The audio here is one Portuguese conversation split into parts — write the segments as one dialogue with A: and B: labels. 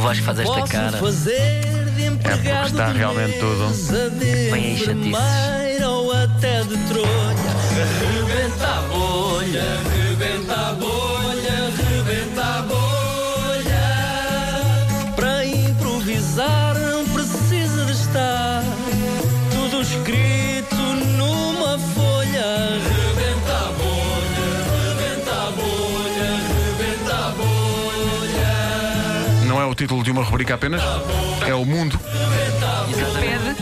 A: Vasco faz esta cara.
B: fazer de empregado
C: É porque está
B: de
C: realmente tudo.
B: mesa, de
A: Põe aí chatices.
B: enfermeira ou até de tronha. Rebenta a bolha, rebenta a bolha, rebenta a bolha. Para improvisar não precisa de estar tudo escrito numa folha. Rebenta a bolha, rebenta a bolha, rebenta a bolha.
C: Não é o título de uma rubrica apenas, é o mundo.
D: Pede.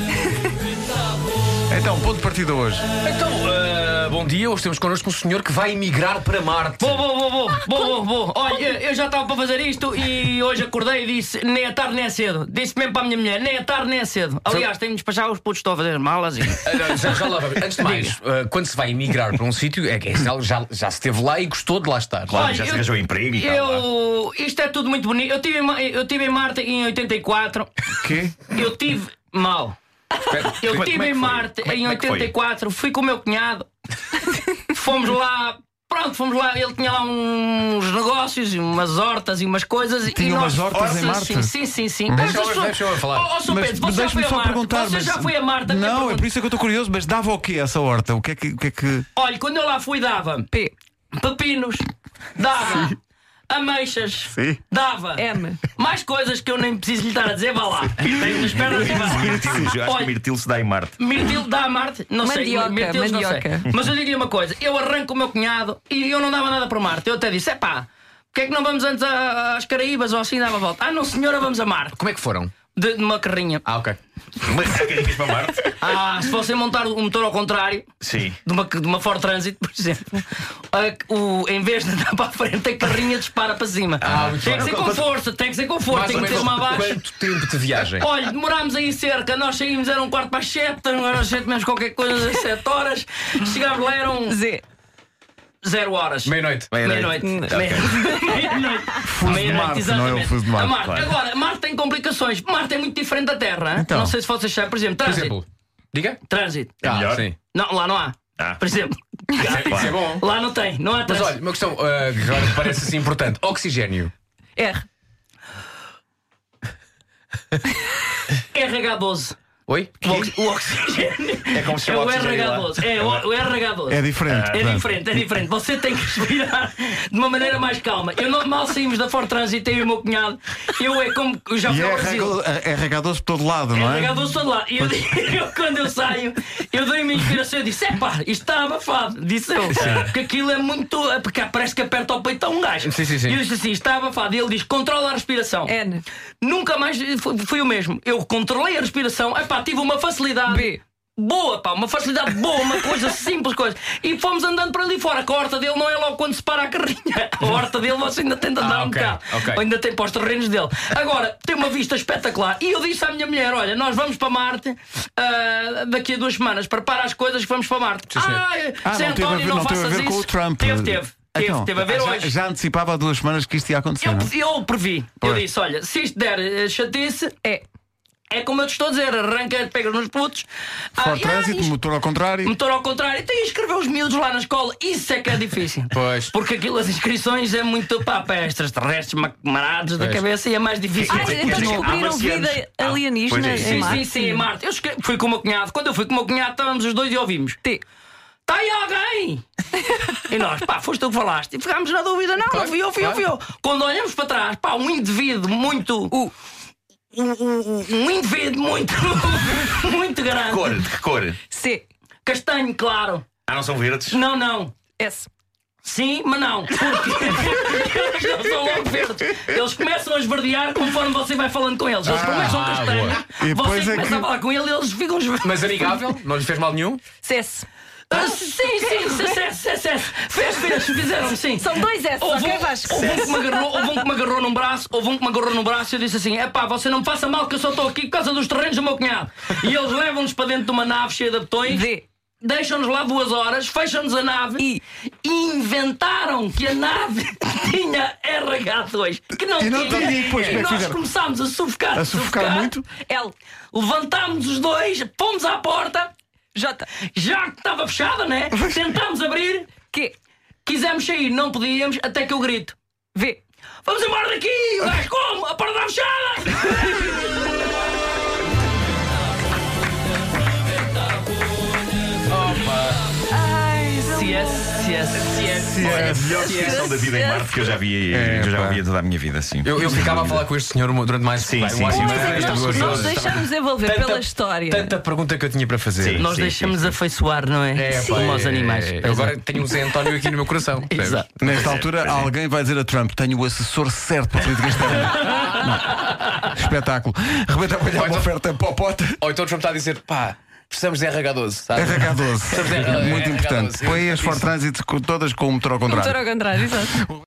C: Então, ponto de partida hoje.
E: Então, ah, bom dia. Hoje temos connosco um senhor que vai emigrar para Marte.
B: Vou, vou, vou, vou, vou, vou, vou. Olha, eu já estava para fazer isto e hoje acordei e disse nem é tarde nem é cedo. Disse mesmo para a minha mulher, nem é tarde nem é cedo. Aliás, tenho de despachar os putos, estou a fazer malas e.
E: Ah, não, já, já lá vamos. Antes de mais, ah, quando se vai emigrar para um sítio, é que é sinal que já, já se esteve lá e gostou de lá estar.
B: Olha,
F: já se
B: eu-
F: arranjou emprego e tal. lá.
B: Eu. Isto é tudo muito bonito. Eu estive em, Ma- eu tive em Marte em 84.
C: Quê?
B: Eu tive mal. Eu
F: como é- como é
B: estive em
F: que foi?
B: Marte
F: Como é-
B: em
F: como é que foi?
B: 84, fui com o meu cunhado, fomos lá. Pronto, fomos lá, ele tinha lá uns negócios, e umas hortas e umas coisas. e
C: Tinha
B: nós-
C: umas hortas em
B: Sim,
C: Marte?
B: Sim, sim, sim. sim.
E: Mas-
B: Essas pessoas-
E: Deixa eu falar.
B: Oh, oh, Sr. Pedro,
C: mas
B: você já foi
C: deixa-me
B: a
C: só
B: Marte?
C: perguntar.
B: Você
C: mas-
B: já foi a Marte? A minha
C: Não, é
B: pergunta-
C: por isso é que eu estou curioso, mas dava o quê essa horta? O que é que. O que, é que...
B: Olha, quando eu lá fui, dava
D: P.
B: pepinos, dava ameixas,
C: Sim.
B: dava
D: M.
B: mais coisas que eu nem preciso lhe estar a dizer. Vá lá, tenho nas pernas e vá.
F: Mirtilos, eu acho que
B: Olha,
F: mirtilo se dá em Marte.
B: Mirtilo da Marte, não
D: Mandioca,
B: sei. Mirtilos Não
D: mandioca.
B: sei. Mas eu digo-lhe uma coisa: eu arranco o meu cunhado e eu não dava nada para Marte. Eu até disse: é pá, porque é que não vamos antes a- às Caraíbas ou assim dava a volta? Ah, não, senhora, vamos a Marte.
E: Como é que foram?
B: De, de uma carrinha.
E: Ah, ok.
F: Mas há carrinhas para Marte?
B: Ah, se você montar um motor ao contrário.
F: Sim.
B: De uma, de uma Ford Transit, por exemplo, a- o, em vez de andar para a frente, a carrinha dispara para cima.
C: Ah,
E: muito
B: tem que
E: bem.
B: ser com força, tem que ser com força,
E: Mais
B: tem
E: ou
B: que ter
E: menos
B: uma abaixo.
E: Quanto tempo de viagem?
B: Olha, demorámos aí cerca, nós saímos, era um quarto para as sete, agora às sete menos qualquer coisa, às sete horas. Chegámos lá, eram
D: Z.
B: zero horas.
E: Meia-noite.
B: Meia-noite. Meia-noite. Meia-noite.
C: de Marte, não é o fuso de Marte,
B: A Marte.
C: claro.
B: Agora, Marte tem complicações. Marte é muito diferente da Terra. hein?
C: Então.
B: Não sei se vocês sabem, por exemplo,
E: Por
B: trânsito.
E: exemplo, diga.
B: Trânsito.
E: Ah,
F: melhor.
E: sim.
B: Não, lá não há.
F: Ah.
B: Por exemplo.
E: Isso é bom.
B: Lá não tem, não há
E: Mas
B: trânsito.
E: olha, uma questão ah, que agora parece assim importante: oxigênio.
D: R.
B: É RH12.
E: Oi?
B: O ox- O oxigênio.
F: É como se
B: É
F: chama
B: o
F: oxigênio lá.
B: RH12. É o o RH12.
C: É diferente.
B: É
C: portanto.
B: diferente, é diferente. Você tem que respirar de uma maneira mais calma. Eu não- mal saímos da Ford Transit, eu e o meu cunhado. Eu é como eu já
C: E
B: fui ao Brasil.
C: é RH12 por todo lado,
B: É
C: não é?
B: regado só lá. E eu, eu, quando eu saio, eu dei uma inspiração e disse: epá, isto está abafado. Disse eu. Porque aquilo é muito. é Porque parece que aperta ao peito a um gajo.
E: Sim, sim, sim.
B: E eu disse assim: está abafado. E ele diz: controla a respiração.
D: N.
B: Nunca mais fui, fui o mesmo. Eu controlei a respiração. Epá, tive uma facilidade.
D: B.
B: Boa, pá, uma facilidade boa, uma coisa simples, coisa. E fomos andando para ali fora, que a horta dele não é logo quando se para a carrinha. A horta dele você ainda tem de andar
E: Ah,
B: um
E: ok,
B: bocado.
E: ok.
B: Ainda tem para os terrenos dele. Agora, tem uma vista espetacular. E eu disse à minha mulher: olha, nós vamos para Marte ah, daqui a duas semanas, prepara as coisas que vamos para Marte.
E: senhor.
C: Ah,
B: Zé
C: não teve a
B: António,
C: ver, não teve a
B: faças
C: ver com
B: isso.
C: o Trump.
B: Teve, teve. teve,
C: Então,
B: teve a ver
C: já,
B: hoje.
C: já antecipava há duas semanas que isto ia acontecer.
B: Eu,
C: não é?
B: eu previ. Eu
C: Pois.
B: disse: olha, se isto der eh, chatice,
D: E.
B: é como eu te estou a dizer, arranca, pega nos putos. Ah,
C: Fora
B: e, ah,
C: trânsito,
B: isto-
C: motor ao contrário.
B: Motor ao contrário, tem que escrever os miúdos lá na escola, isso é que é difícil.
E: Pois.
B: Porque aquilo, as inscrições é muito pá, para extraterrestres, macamarados da
E: Pois.
B: cabeça e é mais difícil.
D: Ah, então
F: dizer, há
D: descobriram
F: marcianos.
D: vida
F: Ah,
D: alienígena
F: pois é.
B: sim,
D: em
B: sim,
D: Marte.
B: sim, em Marte. Eu escre- fui com o meu cunhado, quando eu fui com o meu cunhado, estávamos os dois e ouvimos:
D: T.
B: Está aí alguém! e nós, pá, foste tu que falaste. E ficámos na dúvida: não,
E: Claro,
B: fui eu, fui eu, fui eu. Quando olhamos para trás, pá, um indivíduo muito.
D: U.
B: Um, um- um indivíduo muito. muito grande.
F: Cor, de que cor?
D: C.
B: Castanho, claro.
F: Ah, não são verdes?
B: Não, não.
D: S.
B: Sim, mas não. Porque eles não são logo verdes. Eles começam a esverdear conforme você vai falando com eles. Eles começam
E: ah,
B: castanhos, você
C: E depois é
B: começa
C: que-
B: a falar com ele e eles ficam esverdeados.
E: Mas amigável? Não lhe fez mal nenhum?
D: S.
B: Ah, sim, sim, sucesso, sucesso. Fez, fez, fizeram, sim.
D: São dois S,
B: Houve
D: ok,
B: um-
D: Vasco?
B: Houve um, que me agarrou, houve um que me agarrou num braço, houve um que me agarrou num braço e eu disse assim: é pá, você não passa mal que eu só estou aqui por causa dos terrenos do meu cunhado. E eles levam-nos para dentro de uma nave cheia de botões.
D: D.
B: Deixam-nos lá duas horas, fecham-nos a nave
D: I.
B: inventaram que a nave tinha RH2. Que não
C: E não
B: tinha.
C: tinha, pois, como é que
B: nós
C: fizeram?
B: começámos a sufocar. É,
C: A sufocar muito?
D: L.
B: Levantámos os dois, pomos à porta,
D: J.
B: já que estava fechada, né? Tentámos abrir,
D: Q.
B: quisemos sair, não podíamos, até que eu grito.
D: V.
B: Vamos embora daqui! O gajo como? A porta está fechada! Se é, se é, se é.
F: É a melhor descrição da vida em Marte que eu já vi, que eu já
E: pá.
F: ouvi em toda a minha vida, sim.
E: Eu, eu ficava a falar com este senhor uma- durante mais
F: Sim,
E: bem,
F: sim,
E: uma
F: sim.
E: hora e
F: Mas
E: meia,
F: é que
E: duas
D: Nós, nós
E: horas.
D: deixámos envolver
E: Tanta-
D: pela história.
E: Tanta pergunta que eu tinha para fazer.
F: Sim.
B: Nós deixamos afeiçoar, não é?
E: É, pá,
B: Como aos
E: é,
B: animais.
E: é,
B: Pois
E: eu
B: é.
E: agora tenho um o Zé António aqui no meu coração. percebes?
B: Exato.
C: Nesta
F: é,
C: altura,
F: pois é.
C: alguém vai dizer a Trump: tenho o assessor certo para a política externa. Não. Espetáculo. Rebenta a apanhar uma oferta popota.
E: Ou então o Trump está a dizer, pá, precisamos de RH12, sabe?
C: RH12.
E: RH12,
C: Muito importante.
E: RH12.
C: Põe as Ford Transit com- todas com o motor ao
D: Vamos
C: contrário.
D: ao contrário, exato.